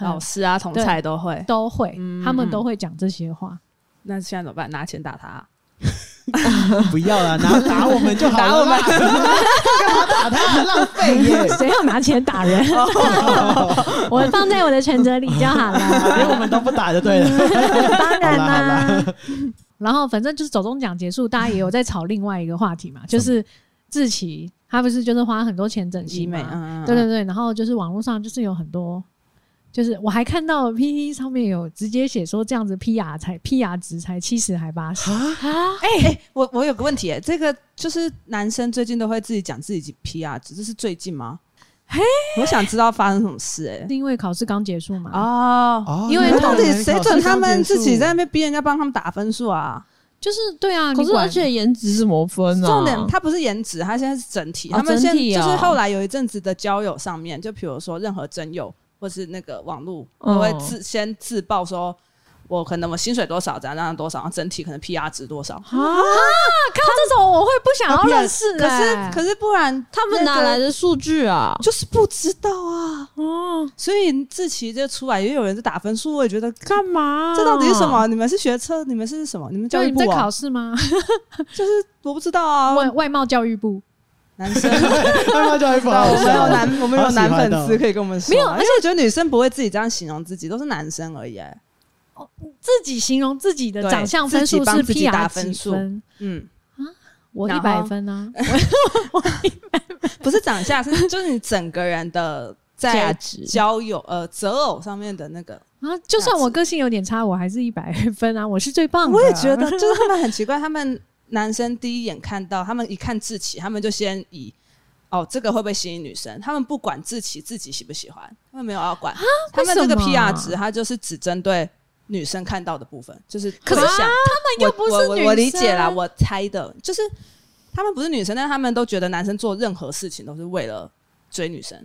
A: 老师啊、同
B: 对
A: 才都会。
B: 都会，
A: 嗯
B: 他们
A: 嗯
B: 都会讲这些话。
A: 那现在怎么办？拿钱打他？
C: 哦不要啦，拿打我们就好了啦，打我们，干嘛打他？浪费耶！
B: 谁要拿钱打人？我放在我的存折里就 好
C: 连我
B: 了。
C: 们都不打就 对了。
B: 当然
C: 好啦
B: 啦。然后反正就是走中奖结束，大家也有在吵另外一个话题嘛，就是志奇他不是就是花很多钱整
A: 医
B: 形
A: 美，
B: 嘛？
A: 嗯，嗯
B: 对对，对，然后就是网络上就是有很多。就是我还看到 P T 上面有直接写说这样子 P R 才 P R 值才七十还八十，
A: 我我有个问题、欸，这个就是男生最近都会自己讲自己 P R 值，这是最近吗？我想知道发生什么事哎、
B: 是因为考试刚结束嘛？
A: 哦，
C: 哦
B: 因为
A: 到底谁准他们自己在那？边逼人家帮他们打分数啊？
B: 就是对啊，
D: 可
B: 你
D: 是
B: 管
D: 而且颜值怎么分呢？啊
A: 重点他不是颜值，他现在是整体。
D: 哦
A: 他们现
D: 整体哦
A: 就是后来有一阵子的交友上面，就比如说任何真友或是那个网络，
D: 嗯
A: 都会自先自报说。我可能我薪水多少，怎样怎样多少，然后整体可能 P R 值多少。
B: 啊，看到这种我会不想要认识、
A: 哦可
B: 欸
A: 是可是不然，
D: 他们哪来的数据啊？
A: 就是不知道啊。哦，所以志奇这出来也有人在打分数，我也觉得
D: 干嘛
A: 这到底是什？
D: 哦
A: 么？你们是学车？你们是什么？你们
B: 就
A: 教育
B: 你
A: 部
B: 在考
A: 啊？
B: 试吗？
A: 就是我不知道啊
B: 外。外贸教育部
A: 男生，
C: 他妈就还不好
A: 啊我
C: 笑
A: 们有 男，我们有
C: 好喜
A: 男
C: 欢
A: 粉丝
C: 哦
A: 可以跟我们说啊。
B: 没有
A: 而且我觉得女生不会自己这样形容自己，都是男生而已欸。
B: 自己形容自己的
A: 对
B: 长相分数
A: 自己
B: 是
A: 帮自己
B: P
A: 打
B: R
A: 分
B: 几
A: 数
B: 分？
A: 嗯，
B: 我一
A: 然
B: 百
A: 后
B: 分 啊呢、
A: 不是长相，是就是你整个人 的
D: 价
A: 在
D: 值
A: 交友呃择偶上面的那个。
B: 啊！啊，就算我个性有点差，我还是一百分啊！我是最棒
A: 嗯
B: 的。
A: 我也觉得，就是他们很奇怪，他们男生第一眼看到，他们一看志奇，他们就先以哦这个会不会吸引女生，他们不管志奇自己喜不喜欢，他们没有要管，他们这个
B: 为什么啊
A: PR 值，它就是只针对。女生看到的部分就是
B: 可是
A: 我想
B: 他们又不是
A: 我我
B: 女生啊
A: 我我理解啦，我猜的就是他们不是女生，但他们都觉得男生做任何事情都是为了追女生，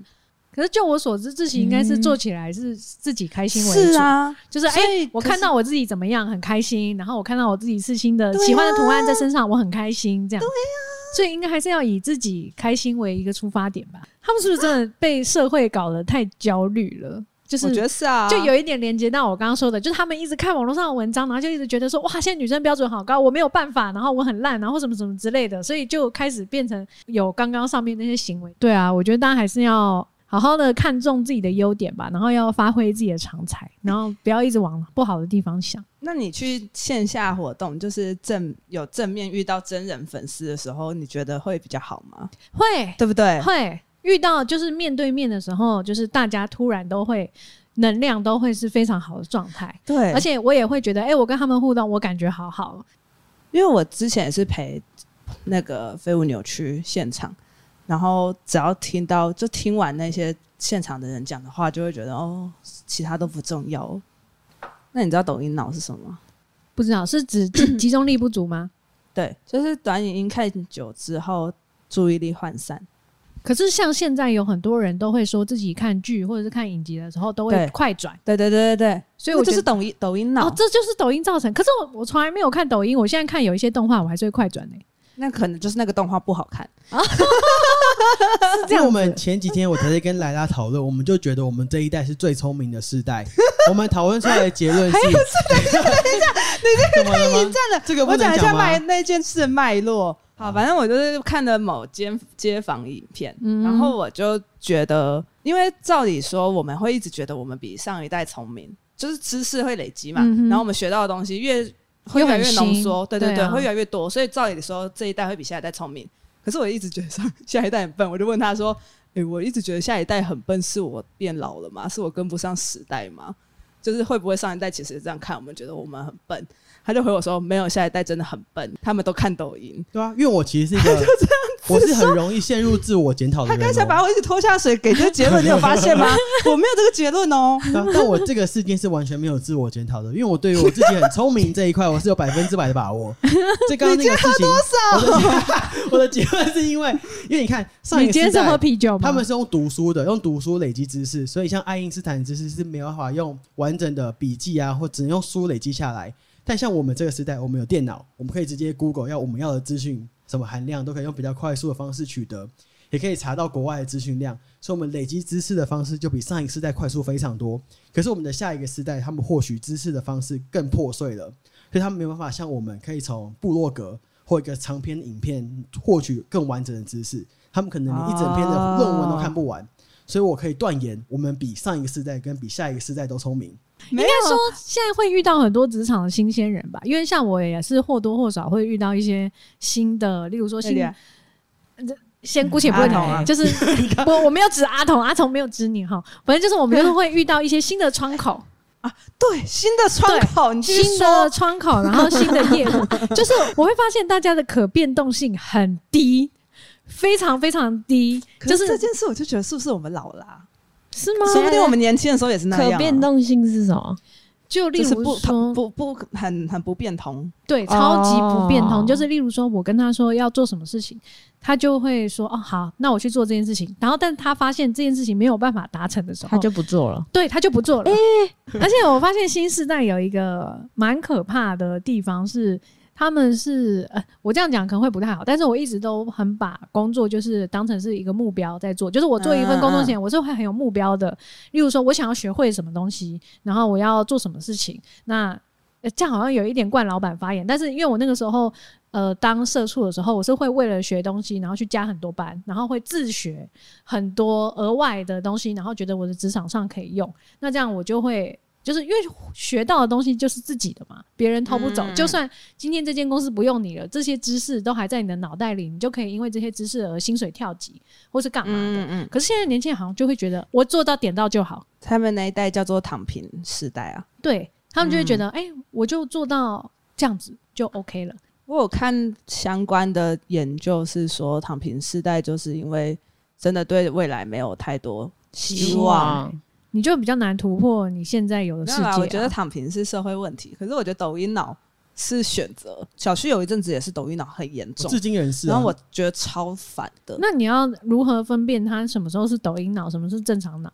B: 可是就我所知，自己应该是做起来是自己开心为主，
A: 是啊，
B: 就是哎、
A: 所以
B: 我
A: 可是
B: 看到我自己怎么样很开心，然后我看到我自己刺青的、
A: 对啊
B: 喜欢的图案在身上，我很开心，这样。对呀、所以应该还是要以自己开心为一个出发点吧。他们是不是真的被社会搞得太焦虑了？就是
A: 我觉得是啊，
B: 就有一点连接到我刚刚说的，就是他们一直看网络上的文章，然后就一直觉得说哇，现在女生标准好高，我没有办法，然后我很烂，然后什么什么之类的，所以就开始变成有刚刚上面那些行为。对啊，我觉得大家还是要好好的看重自己的优点吧，然后要发挥自己的长才，然后不要一直往不好的地方想。
A: 那你去线下活动，就是正有正面遇到真人粉丝的时候，你觉得会比较好吗？
B: 会
A: 对不对？
B: 会遇到就是面对面的时候，就是大家突然都会能量都会是非常好的状态。
A: 对，
B: 而
A: 且
B: 且我也会觉得，哎、我跟他们互动，我感觉好好哦。
A: 因为我之前也是陪那个飞舞扭曲现场，然后只要听到就听完那些现场的人讲的话，就会觉得哦，其他都不重要哦。那你知道抖音脑是什么吗？
B: 不知道 是指集集中力不足吗？
A: 对，就是短影音看久之后，注意力涣散。
B: 可是像现在有很多人都会说自己看剧或者是看影集的时候都会
A: 对
B: 快转，
A: 对对对对对，
B: 所以我
A: 那
B: 觉
A: 就
B: 得
A: 是
B: 哦
A: 抖音抖音脑
B: 哦，这就是抖音造成。可是我我从来没有看抖音，我现在看有一些动画我还是会快转呢、
A: 那可能就是那个动画不好看。
C: 因为我们前几天我才在跟莱拉讨论，我们就觉得我们这一代是最聪明的世代。我们讨论出来的结论是，等一下， 你这个太
A: 引战了，
C: 这个不
A: 我讲
C: 能
A: 一下
C: 讲吗
A: 脉？那件事的脉络。好，反正我就是看了某间街访影片，
B: 嗯
A: 然后我就觉得，因为照理说我们会一直觉得我们比上一代聪明，就是知识会累积嘛，
B: 嗯哼
A: 然后我们学到的东西越会越来越浓缩，对对对，
B: 对啊
A: 会越来越多，所以照理说这一代会比下一代聪明。可是我一直觉得上 下一代很笨，我就问他说：“诶、我一直觉得下一代很笨，是我变老了吗？是我跟不上时代吗？就是会不会上一代其实这样看我们，觉得我们很笨？”他就回我说：“没有，下一代真的很笨，他们都看抖音。
C: 对啊，因为我其实是 一个，我是很容易陷入自我检”讨的
A: 他
C: 人哦、
A: 刚才把我一直拖下水，给这个结论，你有发现吗？我没有这个结论哦。
C: 对啊但我这个事件是完全没有自我检讨的，因为我对于我自己很聪明这一块，我是有百分之百的把握。这刚刚那个事情，我的结我的结论 是因为，因为你看上
B: 你
C: 一个
B: 今天
C: 世
B: 是喝
C: 代，
B: 啤酒吗？
C: 他们是用读书的，用读书累积知识，所以像爱因斯坦的知识是没有办法用完整的笔记啊，或只能用书累积下来。但像我们这个时代，我们有电脑，我们可以直接 Google 要我们要的资讯，什么含量都可以用比较快速的方式取得，也可以查到国外的资讯量，所以我们累积知识的方式就比上一个时代快速非常多。可是我们的下一个时代，他们获取知识的方式更破碎了，所以他们没有办法像我们可以从部落格或一个长篇影片获取更完整的知识，他们可能连一整篇的论文都看不完。所以我可以断言，我们比上一个时代跟比下一个时代都聪明。
A: 没
B: 应该
A: 有哦
B: 说，现在会遇到很多职场的新鲜人吧，因为像我也是或多或少会遇到一些新的，例如说新，先姑且不论
A: 阿童啊
B: 就是不，我没有指阿童，阿童没有指你哈，反正就是我们就是会遇到一些新的窗口，
A: 对新的窗口，你继续
B: 新的
A: 说
B: 窗口，然后新的业 务，就是我会发现大家的可变动性很低，非常非常低，
A: 就
B: 就是
A: 这
B: 是
A: 件事，我就觉得是不是我们老了啊、
B: 是吗？
A: 说不定我们年轻的时候也是那样、啊
D: 可变，动性是什
A: 哦
D: 么？
B: 就
A: 就
B: 例
A: 是
B: 如
A: 不
B: 说，
A: 不不很很不变通。
B: 对，超级不变通。
D: 哦
B: 就是例如说，我跟他说要做什么事情，他就会说哦好，那我去做这件事情。然后，但他发现这件事情没有办法达成的时候，
D: 他就不做了。
B: 对他就不做了。而且我发现新时代有一个蛮可怕的地方是。他们是呃，我这样讲可能会不太好，但是我一直都很把工作就是当成是一个目标在做，就是我做一份工作前，我是会很有目标的。例如说，我想要学会什么东西，然后我要做什么事情，那呃，这样好像有一点惯老板发言，但是因为我那个时候，呃，当社畜的时候，我是会为了学东西，然后去加很多班，然后会自学很多额外的东西，然后觉得我的职场上可以用。那这样我就会，就是因为学到的东西就是自己的嘛，别人偷不走。
D: 嗯
B: 就算今天这间公司不用你了，这些知识都还在你的脑袋里，你就可以因为这些知识而薪水跳级或是干嘛的。
A: 嗯，
B: 可是现在年轻人好像就会觉得，我做到点到就好。
A: 他们那一代叫做躺平时代啊。
B: 对他们就
A: 嗯
B: 会觉得，哎、我就做到这样子就 OK 了。
A: 我有看相关的研究是说，躺平世代就是因为真的对未来没有太多希望。
B: 你就比较难突破你现在有的
A: 没
B: 世
A: 有
B: 界、
A: 啦，
B: 啊。
A: 我觉得躺平是社会问题，可是我觉得抖音脑是选择。小旭有一阵子也是抖音脑很严
C: 我
A: 重
C: 至，今人是、啊，
A: 然后我觉得超烦的。
B: 那你要如何分辨他什么时候是抖音脑，什么是正常脑？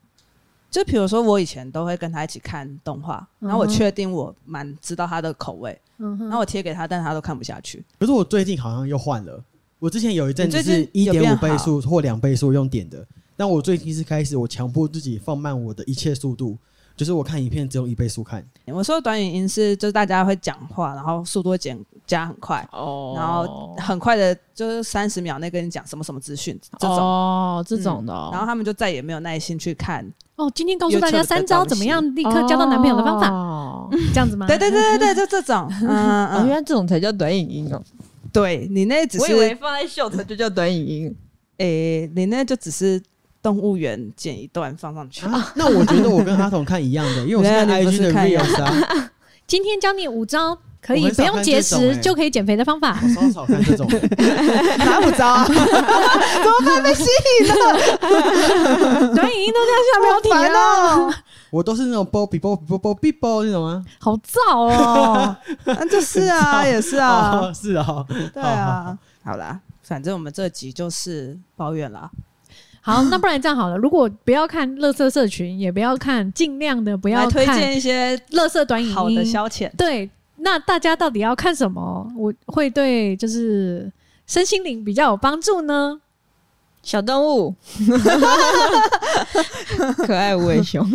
A: 就比如说，我以前都会跟他一起看动画，然后我
B: 嗯哼
A: 确定我蛮知道他的口味，
B: 嗯哼，
A: 然后我贴给他，但他都看不下去。
C: 可是我最近好像又换了，我之前有一阵子
A: 你最
C: 是
A: 近
C: 一
A: 有
C: 点
A: 变啊
C: 五
A: 好
C: 倍速或两倍速用点的，但我最近是开始我强迫自己放慢我的一切速度，就是我看影片只用一倍速看。
A: 我说的短语音是，就是大家会讲话，然后速度会减加很快，
D: 哦
A: 然后很快的，就是三十秒内跟你讲什么什么资讯这种，嗯
D: 哦，这种的哦，
A: 然后他们就再也没有耐心去看。
B: 哦，今天告诉大
A: YouTube
B: 家
A: 的
B: 三
A: 东
B: 招
A: 西
B: 怎么样立刻交到男朋友的方法，嗯
D: 法。
B: 这样子吗？
A: 对对对对对，就这种，嗯
D: 哦，
A: 嗯，
D: 原来这种才叫短影音哦！
A: 对你那只
D: 我以
A: 是
D: 为放在秀才就叫短影音。
A: 诶、你那就只是动物园剪一段放上 去。
C: 啊、那我觉得我跟阿童看一样的，因为我现在
A: 原来你不
C: IG
A: 是
C: 的
A: 看一样
C: reels 啊，
B: 今天教你五招可
C: 我
B: 以
C: 很
B: 不
C: 少
B: 用
C: 看
B: 节
C: 这种
B: 食
A: 哎
C: 欸
B: 就可以减肥的 方法。
C: 我超少看这种。
A: 哪五招 啊？怎么办？被吸引了，
B: 短影音都这样下标题
A: 好烦
B: 了，
A: 哦！
C: 我都是那种 bo bi bo bo bo bi bo 那种啊。
B: 好燥哦！
A: 啊，就是啊，也是啊
C: 哦，，是啊，
A: 对啊，好啦，反正我们这集就是抱怨啦。
B: 好，那不然这样好了，如果不要看乐色社群，也不要看，尽量的不
A: 来
B: 要
A: 推
B: 看
A: 荐一些
B: 乐色短影音。
A: 好的消遣。
B: 对，那大家到底要看什么？我会对就是身心灵比较有帮助呢？
D: 小 动物，可爱无尾熊，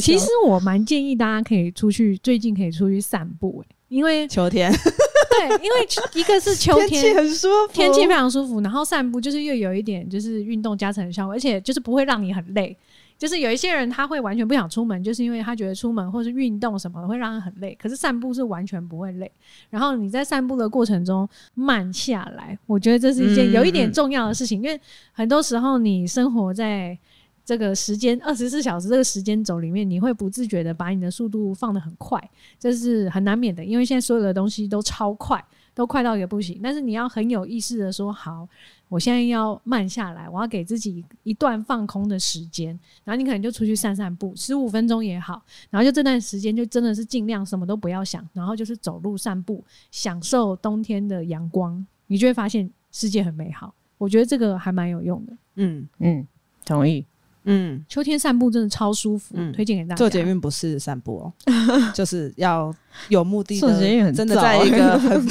B: 其实我蛮建议大家可以出去，最近可以出去散步、欸，因为
A: 秋 天
B: 对，因为一个 是秋天，
A: 气很舒服，
B: 天气非常舒服，然后散步就是又有一点就是运动加成的效果，而且就是不会让你很累。就是有一些人他会完全不想出门，就是因为他觉得出门或是运动什么的会让他很累。可是散步是完全不会累。然后你在散步的过程中慢下来，我觉得这是一件
A: 嗯
B: 有一点
A: 嗯
B: 重要的事情，因为很多时候你生活在这个时间二十四小时这个时间轴里面，你会不自觉的把你的速度放得很快，这是很难免的，因为现在所有的东西都超快，都快到一个不行。但是你要很有意识的说，好，我现在要慢下来，我要给自己一段放空的时间，然后你可能就出去散散步，十五分钟也好，然后就这段时间就真的是尽量什么都不要想，然后就是走路散步，享受冬天的阳光，你就会发现世界很美好。我觉得这个还蛮有用的，
A: 嗯
D: 嗯，同意。
A: 嗯，
B: 秋天散步真的超舒服，
A: 嗯
B: 推荐给大家。
A: 做捷运不是散步哦， 就是要有目的
D: 做捷运
A: 的，
D: 很
A: 真的
D: 燥
A: 在一 个很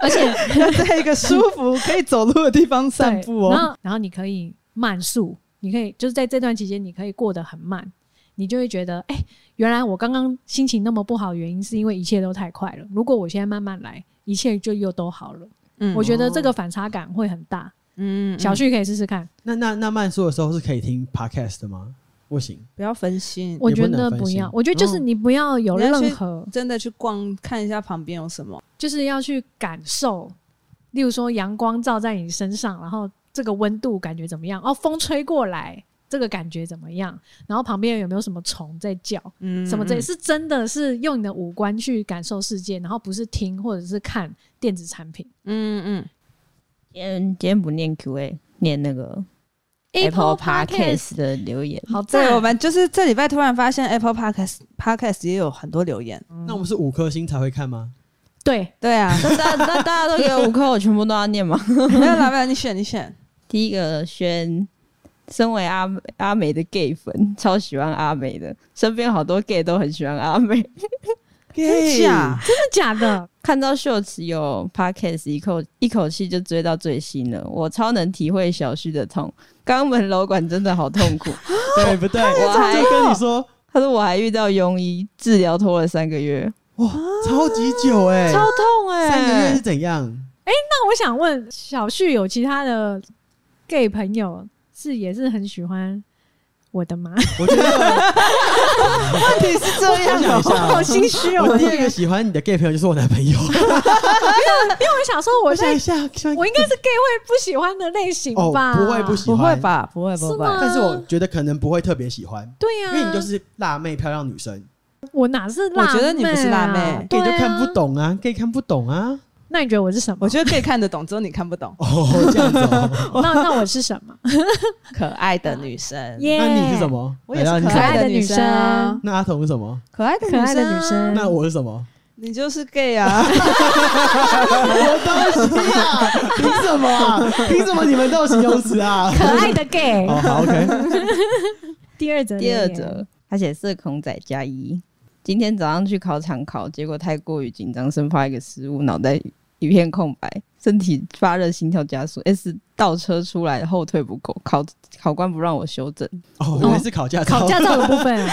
B: 而且
A: 在一个舒服可以走路的地方散步哦。
B: 对 然后，然后你可以慢速，你可以就是在这段期间，你可以过得很慢，你就会觉得，哎、原来我刚刚心情那么不好，原因是因为一切都太快了。如果我现在慢慢来，一切就又都好了。
A: 嗯
B: 我觉得这个反差感会很大。
A: 嗯
B: 小旭可以试试看，
C: 那那那慢速的时候是可以听 podcast 的吗？不行，
A: 不要分心，
B: 我觉
C: 不
B: 得
C: 能
B: 不
C: 分心嗯
B: 要，我觉得就是你不要有
A: 你要
B: 任
A: 去
B: 何，
A: 真的去逛看一下旁边有什么。
B: 就是要去感受，例如说阳光照在你身上，然后这个温度感觉怎么样？哦，风吹过来。这个感觉怎么样？然后旁边有没有什么虫在叫？
A: 嗯
B: 什么这是真的是用你的五官去感受世界，然后不是听或者是看电子产品。
A: 嗯嗯，
D: 今天今天不念 Q&A，念那个 Apple Podcast 的留言。
B: 好
A: 对，
B: 赞
A: 我！们就是这礼拜突然发现 Apple Podcast Podcast 也有很多留言。
C: 那我们是五颗星才会看吗？
B: 对，
A: 对啊，
D: 那大那大家都给我五颗，我全部都要念吗？
A: 没有老板，你选你选，
D: 第一个轩，身为阿阿美的 gay 粉，超喜欢阿美的，身边好多 gay 都很喜欢阿美。
A: 真假？
B: 真的假的？
D: 看到秀慈有 podcast，一口一口气就追到最新了，我超能体会小旭的痛，肛门瘘管真的好痛苦。
C: 对不对？
D: 我
C: 我
D: 还
C: 就跟你说，
D: 他说我还遇到庸医，治疗拖了三个月，
C: 哇，超级久哎、
D: 超痛哎、
C: 三个月是怎样？
B: 那我想问小旭，有其他的 gay 朋友是也是很喜欢我的吗？
C: 我觉得
A: 问题是这
C: 我想一下啊
B: 好心虚哦！
C: 我
B: 我
C: 第
B: 因
C: 二个喜欢你的 gay 朋友就是我男朋
B: 为
C: 友。
B: 我想说，我
C: 我
B: 现
C: 想一
B: 在
C: 下，想一下
B: 我应该是 gay 会不喜欢的类型
C: 哦
B: 吧？
C: 不会不喜
A: 不
C: 欢，
A: 会？吧？不会
B: 是
A: 不会，
B: 吗
C: 但是我觉得可能不会特别喜欢，
B: 对呀、
C: 因为你就是辣妹漂亮女生
B: 我哪是辣妹、啊？
A: 我觉得你不是辣妹
B: 对
C: ，gay
B: 啊
C: 就看不。懂啊，gay 看不懂啊。
B: 那你觉得我是什么？
A: 我觉得可以看得懂，只有你看不懂。
C: 哦，这样子 哦。
B: 那那我是什么？
A: 可爱的女生，
B: 耶、
C: 那你是什？么？
A: 我也是
C: 来哎让你
A: 可
B: 可
C: 讲
B: 爱
A: 爱
B: 的
A: 的
B: 女
A: 女
B: 生
A: 生啊，
C: 那阿童是什么？
A: 可爱的
B: 可爱的女
A: 啊
B: 生，
C: 那我是什么？
A: 你就是 gay 啊！
C: 哎呀 凭什么啊？ 凭什么你们都有形容词 啊？
B: 可爱的 gay。
C: 哦，好，OK。
B: 第二则，
D: 第二则，，他写社恐仔加一。今天早上去考场考，结果太过于紧张，生怕一个失误，脑袋一片空白，身体发热，心跳加速。S 倒车出来后退不够，考考官不让我修正。
C: 哦，我们是考驾照。
B: 考驾照的部分啊，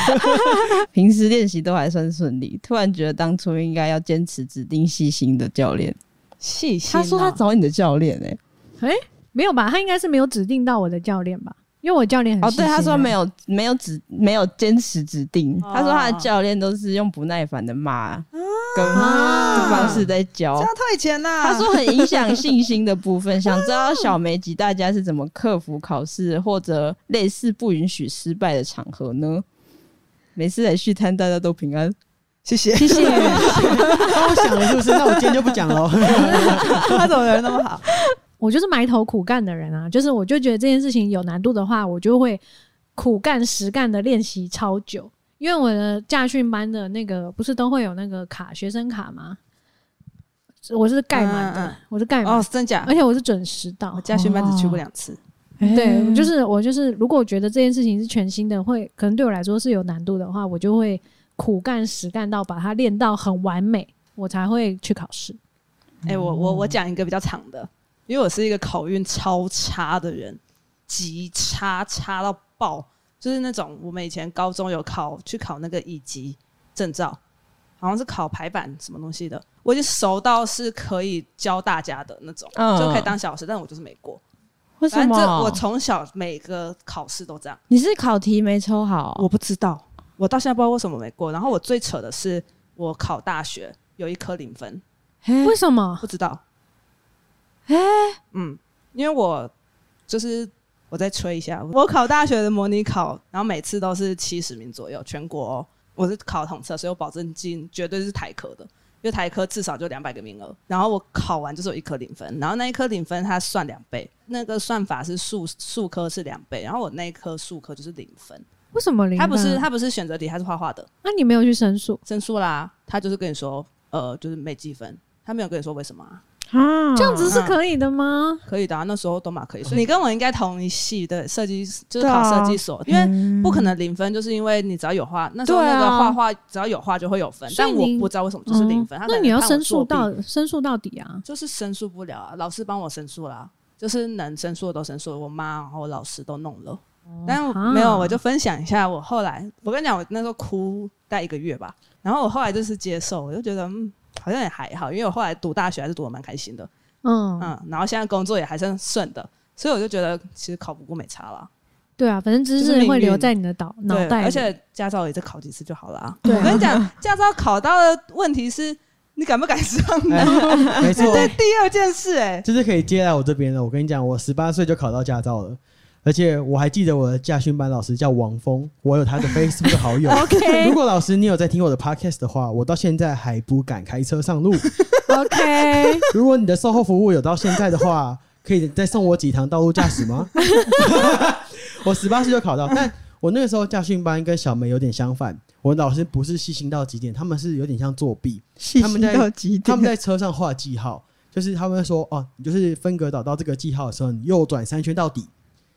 D: 平时练习都还算顺利，突然觉得当初应该要坚持指定细心的教练。
A: 细心啊，
D: 他说他找你的教练哎、
B: 没有吧？他应该是没有指定到我的教练吧？因为我教练很啊
D: 哦，对，他说没
B: 有，
D: 有没有指没有坚持指定，
A: 啊哦
D: 他说他的教练都是用不耐烦的骂跟
B: 啊
D: 方式在教，
A: 这样退钱呐。
D: 他说很影响信心的部分，想知道小梅及大家是怎么克服考试或者类似不允许失败的场合呢？每次来续摊，大家都平安。
A: 谢 谢。
B: 谢谢。
C: 那我想了是不是？那我今天就不讲了。
A: 他怎么人那么好？
B: 我就是埋头苦干的人啊，就是我就觉得这件事情有难度的话，我就会苦干实干的练习超久。因为我的驾训班的那个不是都会有那个卡学生卡吗？我是盖满的，
A: 嗯嗯
B: 我是盖满，
A: 哦，真假
B: 而？且我是准时到。
A: 我家嗯训班只去过两次。
B: 对，就是我就是，如果我觉得这件事情是全新的，会可能对我来说是有难度的话，我就会苦干实干到把它练到很完美，我才会去考试。
A: 哎、我我
D: 哦
A: 我讲一个比较长的，因为我是一个口运超差的人，极差差到爆，就是那种我们以前高中有考去考那个乙级证照，好像是考排版什么东西的，我已经熟到是可以教大家的那种，
D: 嗯
A: 就可以当小老师，但我就是没过。
D: 为什
A: 反正这
D: 么？
A: 我从小每个考试都这样。
D: 你是考题没抽好，
A: 我不知道，我到现在不知道为什么没过。然后我最扯的是，我考大学有一科零分，
D: 嘿
B: 为什么？
A: 不知道。哎、嗯，因为我就是我再吹一下，我考大学的模拟考，然后每次都是七十名左右，全国、哦、我是考统测，所以我保证进绝对是台科的。因为台科至少就两百个名额，然后我考完就是有一科零分，然后那一科零分它算两倍，那个算法是数数科是两倍，然后我那一科数科就是零分，
B: 为什么零
A: 它
B: 分？
A: 不是它不是选择题，它是画画的
B: 那你没有去申诉
A: 申诉啦，他就是跟你说，呃，就是没积分，他没有跟你说为什么、啊，
D: 啊
B: 这样子
A: 嗯
B: 是可以的吗？
A: 可以的、啊，那时候都蛮可
B: 嗯
A: 以，所以你跟我应该同一系的设计，就是
D: 对啊
A: 考设计
B: 嗯
A: 所，因为。不可能零分，就是因为你只要有画，那时候
D: 对
A: 那
D: 啊
A: 个画画只要有画就会有分，
B: 所以
A: 但我
B: 你
A: 不知道为什么就是零分。
B: 嗯
A: 他可
B: 那
A: 能
B: 你要
A: 看我
B: 申诉
A: 作弊
B: 到申诉到底啊？
A: 就是申诉不了啊，老师帮我申诉啦，就是能申诉的都申诉了，我妈然后老师都弄了，
B: 哦
A: 但我没有，我就分享一下我后来，我跟你讲，我那时候哭大概一个月吧，然后我后来就是接受，我就觉得嗯，好像也还好，因为我后来读大学还是读的蛮开心的，
B: 嗯，
A: 嗯，然后现在工作也还算顺的，所以我就觉得其实考不过没差啦，
B: 对啊，反正知识会留在你的脑脑
A: 对，
B: 袋里，
A: 而且驾照也再考几次就好了啊。
B: 对啊
A: 我跟你讲，驾照考到的问题是你敢不敢上
C: 哎
A: 呢？
C: 没错，
A: 这第二件事、哎，
C: 这是可以接来我这边的。我跟你讲，我十八岁就考到驾照了，而且我还记得我的驾训班老师叫王峰，我有他的 Facebook 好 友。
B: OK
C: 如果老师你有在听我的 Podcast 的话，我到现在还不敢开车上路。
B: OK，
C: 如果你的售后服务有到现在的话，可以再送我几堂道路驾驶吗？ 我十八岁就考到，但我那个时候驾训班跟小梅有点相反，我老师不是细心到极点，他们是有点像作弊。
D: 细
C: 他们
D: 心
C: 在
D: 到极
C: 他
D: 点
C: 们。在车上画记号，就是他们会说哦，你就是分隔岛到这个记号的时候，你右转三圈到底，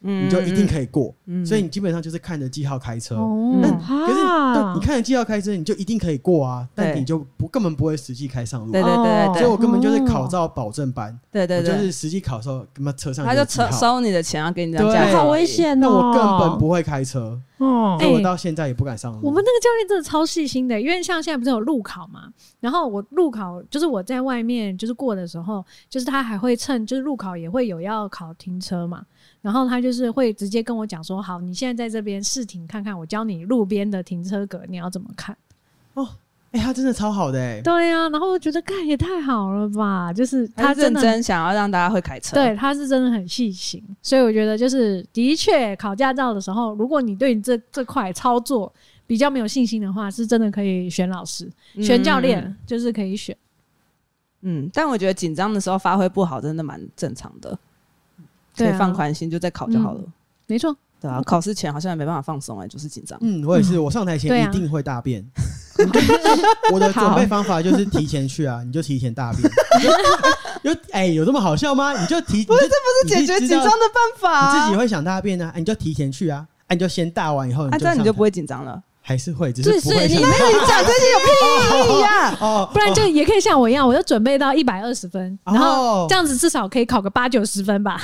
A: 嗯
C: 你就一定可以过。
A: 嗯
C: 所以你基本上就是看着记号开车。
B: 哦，
C: 可是
D: 啊
C: 对你看着记号开车，你就一定可以过啊，但
A: 啊对
C: 你就不根本不会实际开上路。啊
A: 对对对对
C: 所以我根本就是考
B: 哦，
C: 照保证班，
A: 对对对，
C: 我就是实际考的时候，他妈车上
A: 他
C: 有
A: 就
C: 记
A: 收
C: 号，
A: 收你的钱，然后给你这样
C: 对
A: 价，
D: 好危。险哦！
C: 那我根本不会开车，
D: 哦
C: 所以我
B: 哎
C: 到现在也不敢上路。
B: 我们那个教练真的超细心的，因为像现在不是有路考嘛，然后我路考就是我在外面就是过的时候，就是他还会趁就是路考也会有要考停车嘛，然后他就是会直接跟我讲说，好，你现在在这边试停看看，我教你路边的停车格你要怎么看。
C: 哎、他真的超好的哎、
B: 对啊，然后我觉得干也太好了吧，就是
A: 他
B: 真
A: 认
B: 的
A: 真想要让大家会开车，
B: 对，他是真的很细心，所以我觉得就是的确考驾照的时候，如果你对你这这块操作比较没有信心的话，是真的可以选老师、
A: 嗯
B: 选教练，。就是可以选。
A: 嗯，但我觉得紧张的时候发挥不好，真的蛮正常的，可
B: 对、
A: 以
B: 啊，
A: 放宽心，就再考就好了
B: 嗯。没错，
A: 对啊，考试前好像也没办法放松哎，就是紧张。
C: 嗯，我也是，我上台
B: 对
C: 前
B: 啊
C: 一定会 大便。我的准备方法就是提前去啊，你就提前 大便。你就哎有哎、有这么好笑吗？你就提不是 这
A: 解决紧张的办法
C: 你
A: 啊，
C: 自己会想大便啊，哎你就提前去啊，哎你就先大完以后，
A: 啊，
C: 你
A: 这样你就不
C: 会
A: 会紧张了。
C: 还是会，只
D: 这
C: 是不会
D: 是你
C: 想
D: 那你讲这些
A: 哎
D: 有
A: 呀，
C: 哦，
B: 不然就也可以像我一样，我就准备到一百二十分，然后
C: 哦
B: 这样子至少可以考个八九十 分吧。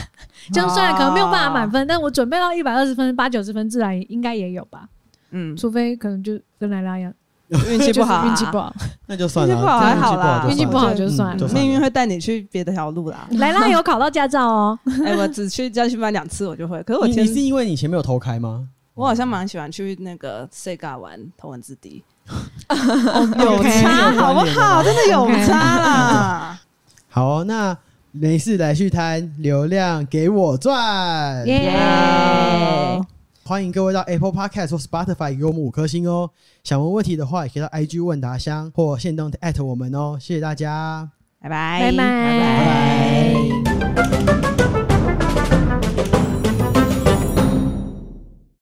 B: 这样虽然可能没有办法
A: 哦
B: 满分，但我准备到一百二十分、八九十分，自然应该也有吧。
A: 嗯，
B: 除非可能就跟莱拉一样，
A: 运气不好啊，
B: 就是运气不好，
C: 那就算了，
A: 运气不好还好啦
C: 这
B: 运
C: 样
B: 气
C: 运
B: 不好就
C: 嗯
B: 算
C: 就
B: 了。
C: 算。
A: 命运会带你去别的条路啦
B: 莱拉有考到驾照哦，
A: 哎，我只去家训班两次，我就会。可是我
C: 你
A: 天
C: 你，是因为你前面有偷开吗？
A: 我好像蛮喜欢去那个 Sega 玩头文字 D，
C: 哦有
A: 差好不好？真的有差啦。
C: 好哦，那没事来去摊，流量给我赚。
D: 哎
B: 耶！
C: 欢迎各位到 Apple Podcast 或 Spotify 给我们五颗星哦。想问问题的话，也可以到 IG 问答箱或线动 at 我们哦。谢谢大家。
A: 拜拜，
B: 拜拜
C: 拜拜